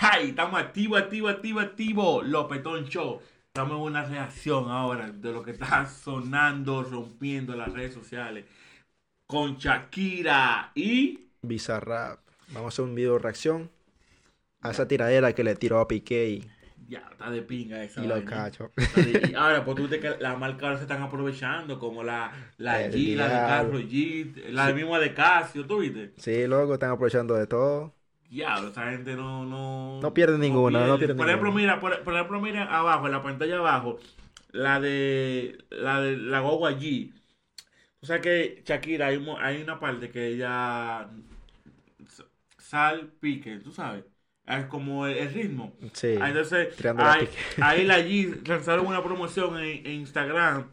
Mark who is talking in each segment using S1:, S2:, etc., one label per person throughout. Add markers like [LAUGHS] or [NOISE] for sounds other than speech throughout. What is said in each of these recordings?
S1: Ay, estamos activo, activo, activo, activo. Lopetón Show. Estamos en una reacción ahora de lo que está sonando, rompiendo las redes sociales. Con Shakira y.
S2: Bizarrap. Vamos a hacer un video de reacción a esa tiradera que le tiró a Piqué y,
S1: Ya, está de pinga esa.
S2: y lo
S1: vaina.
S2: cacho.
S1: Y ahora, pues tú viste que las marcas ahora se están aprovechando, como la, la
S2: El
S1: G, la de
S2: diablo.
S1: Carlos G, la misma de Casio, ¿tú viste?
S2: [LAUGHS] Sí, loco, están aprovechando de todo.
S1: Diablo, esa gente no... No,
S2: No pierde ninguna, no pierde
S1: por ejemplo,
S2: ninguna.
S1: mira, por, por ejemplo, mira abajo, en la pantalla abajo, la de la de la guagua G. O sea que Shakira, hay, un mo- hay una parte que ella s- sal pique, tú sabes. Es como el- el ritmo.
S2: Sí.
S1: Ah, Entonces,
S2: Tirando la
S1: ahí,
S2: pique.
S1: ahí la G lanzaron una promoción en, en Instagram.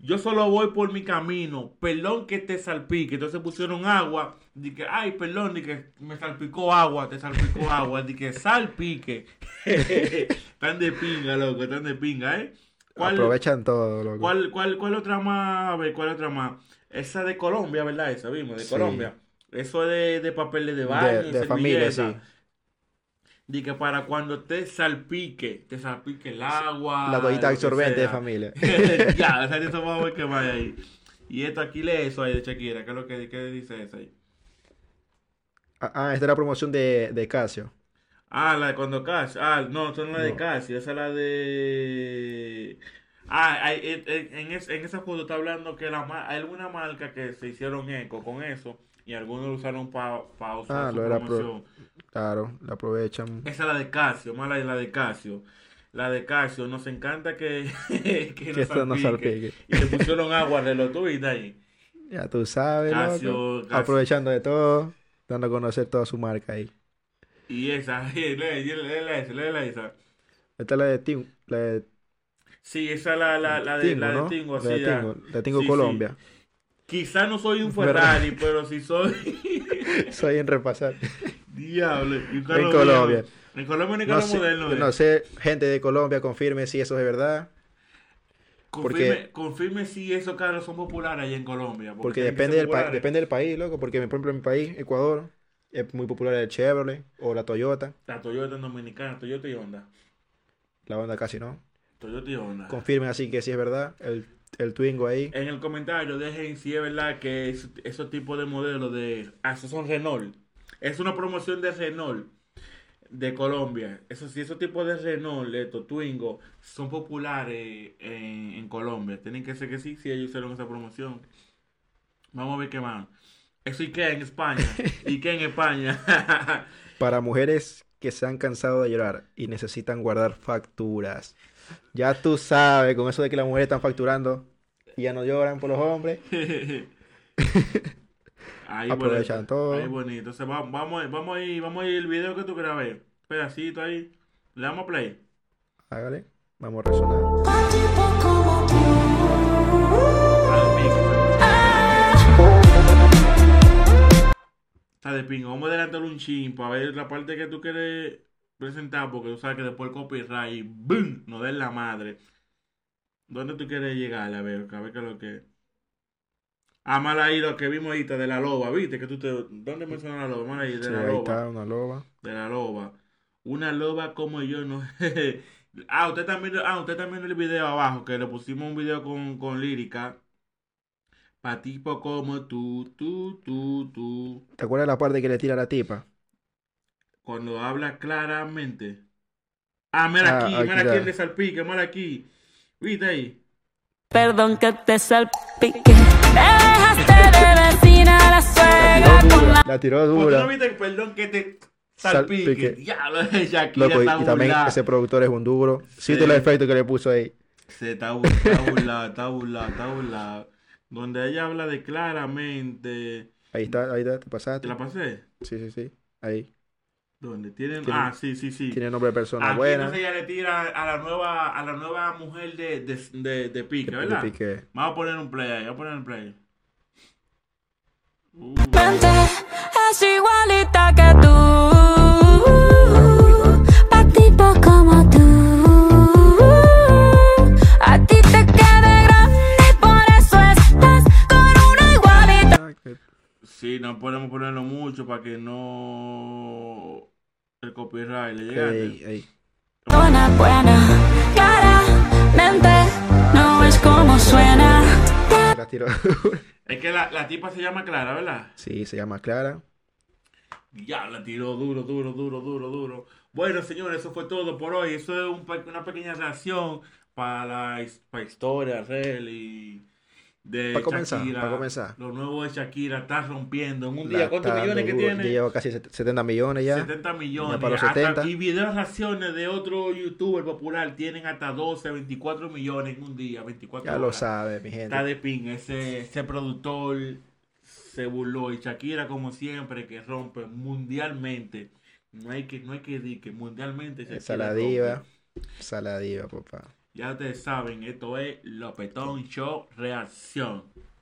S1: Yo solo voy por mi camino. Perdón que te salpique. Entonces pusieron agua. Dije, ay, perdón, di que me salpicó agua, te
S2: [LAUGHS]
S1: salpicó agua. Dije, salpique. Están de pinga, loco, están de pinga, ¿eh? ¿Cuál,
S2: Aprovechan todo, loco.
S1: cuál, cuál, cuál otra más? A ver, ¿cuál otra más? Esa de Colombia, ¿verdad? Esa vimos, de
S2: Sí.
S1: Colombia. Eso es de, de papeles de baño,
S2: de, de familia, sí.
S1: servilletas. Di que para cuando te salpique, te salpique el agua.
S2: La toallita
S1: Ah, lo que
S2: absorbente de
S1: sea.
S2: familia.
S1: [LAUGHS]
S2: [LAUGHS]
S1: ya, o sea, eso vamos a ver qué más hay ahí. Y esto aquí lee eso ahí de Shakira. ¿Qué es lo que qué dice eso ahí?
S2: Ah, ah, esta es la promoción de, de Casio.
S1: Ah, la de cuando Cash. Ah, no, esa no es la de
S2: No.
S1: Cash. Esa es la de. Ah, hay- en, en- en es- en esa foto está hablando que la, ma- hay alguna marca que se hicieron eco con eso y algunos lo usaron para usar
S2: Ah,
S1: su
S2: lo de la pro-
S1: promoción.
S2: Claro, la aprovechan.
S1: Esa es la de Casio, más la de, la de Casio. La de Casio, nos encanta que, [LAUGHS] que,
S2: Que esto no salpique.
S1: Y le pusieron agua al reloj, tú viste ahí.
S2: Ya tú sabes,
S1: Casio,
S2: loco.
S1: Casio.
S2: Aprovechando de todo, dando a conocer toda su marca ahí.
S1: Y esa, [LAUGHS] y lee- y léela esa, léela esa.
S2: Esta es la de Tingo, la de
S1: Sí, esa es la, la, la de,
S2: Tingo,
S1: la de
S2: ¿no?
S1: Tingo,
S2: la de
S1: sí, ya.
S2: Tingo, la de Tingo
S1: Sí, sí.
S2: Colombia. [LAUGHS]
S1: Quizá no soy un
S2: Verdad.
S1: Ferrari, pero sí soy. [LAUGHS]
S2: Soy en repasar.
S1: Diablo. y un carro
S2: En
S1: viejo.
S2: Colombia.
S1: En Colombia ni
S2: No
S1: carro
S2: sé,
S1: moderno.
S2: yo
S1: eh.
S2: no sé, gente de Colombia, confirme si eso es de verdad.
S1: eh. confirme,
S2: porque-
S1: confirme si esos carros son populares allá en Colombia.
S2: Porque
S1: tienen que
S2: depende
S1: ser
S2: del, pa-
S1: populares.
S2: depende del país, loco. Porque, por ejemplo, en mi país, Ecuador, es muy popular el Chevrolet o la Toyota.
S1: La Toyota Dominicana, Toyota y Honda.
S2: La Honda casi no.
S1: Toyota y Honda.
S2: Confirmen así que si es verdad. El, el Twingo ahí.
S1: En el comentario dejen si es verdad que es- esos tipos de modelos de... Ah, esos son Renault. Es una promoción de Renault de Colombia. Eso sí, esos tipos de Renault, de estos Twingo, son populares en, en Colombia. Tienen que ser que sí, si ellos hicieron esa promoción. Vamos a ver qué más. Eso y qué en España. y qué en España. [LAUGHS]
S2: Para mujeres que se han cansado de llorar y necesitan guardar facturas. Ya tú sabes, con eso de que las mujeres están facturando y ya no lloran por los hombres.
S1: [LAUGHS] ahí
S2: Aprovechan
S1: bonito,
S2: todo.
S1: Ahí bonito. Entonces va- vamos, a ir- vamos a ir, vamos a ir el video que tú quieras ver. Pedacito ahí. Le damos play.
S2: Hágale, vamos a resonar.
S3: Un tipo como tú.
S1: Está de pingo. Está de pingo. Vamos a adelantarle un chin para ver la parte que tú quieres presentar porque tú sabes que después el copyright, ¡boom! nos den la madre. ¿Dónde tú quieres llegar? A ver, a ver qué es lo que... Ah, mal ahí lo que vimos ahorita de la loba, ¿viste? Que tú te... ¿Dónde mencionó la loba? Mal ahí, de
S2: Sí,
S1: la
S2: ahí
S1: loba.
S2: está una loba.
S1: De la loba. Una loba como yo no. [LAUGHS] ah, usted también, ah, usted también vio el video abajo, que le pusimos un video con, con lírica. Pa' tipo como tú, tú, tú, tú.
S2: ¿Te acuerdas la parte que le tira la tipa?
S1: Cuando habla claramente. Ah, mira
S2: Ah,
S1: aquí, mira
S2: aquí
S1: aquí
S2: ya.
S1: el de salpique, mira aquí. ¿Viste ahí?
S3: Perdón que te salpique. Te dejaste de vecina la suegra con la.
S2: La tiró
S1: Pues, ¿tú no
S2: dura.
S1: viste, perdón que te
S2: Salpique.
S1: salpique. [LAUGHS] Diablo, Shakira
S2: Loco, y,
S1: está
S2: y también
S1: burlada.
S2: ese productor es un duro. Sí,
S1: Sí.
S2: tú el efecto que le puso ahí.
S1: Se está bu- está burlado, está burlado, está burlado. Donde ella habla de claramente.
S2: Ahí está, ahí está, te pasaste.
S1: ¿Te la pasé?
S2: Sí, sí, sí. Ahí.
S1: ¿Dónde? Tienen.
S2: Tiene-
S1: Ah, sí, sí, sí.
S2: Tiene nombre de persona
S1: Aquí
S2: buena.
S1: entonces ella le tira a la nueva, a la nueva mujer de, de, de, de Pique,
S2: De- de
S1: ¿verdad?
S2: Piqué.
S1: Vamos a poner un play ahí, vamos a poner un play. Uh,
S3: Mente es igualita que tú. Pa' tipo como tú. A ti te queda grande y por eso estás con una igualita.
S2: Ah, que-
S1: sí, no podemos ponerlo mucho para que no. el copyright, le llegaste.
S2: Ey, ey.
S3: Buena, buena, claramente no es como suena.
S2: La tiró. [LAUGHS]
S1: Es que la, la tipa se llama Clara, ¿verdad?
S2: sí, se llama Clara.
S1: Ya la tiró duro, duro, duro, duro, duro. Bueno, señores, eso fue todo por hoy. Eso es un pe- una pequeña reacción para la his- pa' historia, real y de
S2: Pa' comenzar,
S1: Shakira.
S2: pa' comenzar.
S1: Lo nuevo de Shakira está rompiendo. En un
S2: La
S1: día, ¿cuántos
S2: está
S1: millones que
S2: dando duro.
S1: tiene?
S2: Ya lleva casi set- 70 millones ya.
S1: 70 millones.
S2: Ya para los
S1: Hasta-
S2: 70.
S1: y videos reacciones de otro youtuber popular tienen hasta 12, 24 millones en un día. 24
S2: Ya lo
S1: horas.
S2: sabe, mi
S1: Está
S2: gente.
S1: de pin, ese, ese productor se burló y Shakira como siempre que rompe mundialmente. No hay que, no hay que decir que mundialmente Shakira
S2: Saladiva.
S1: rompe.
S2: Saladiva, papá.
S1: Ya ustedes saben, esto es Lopetón Show Reacción.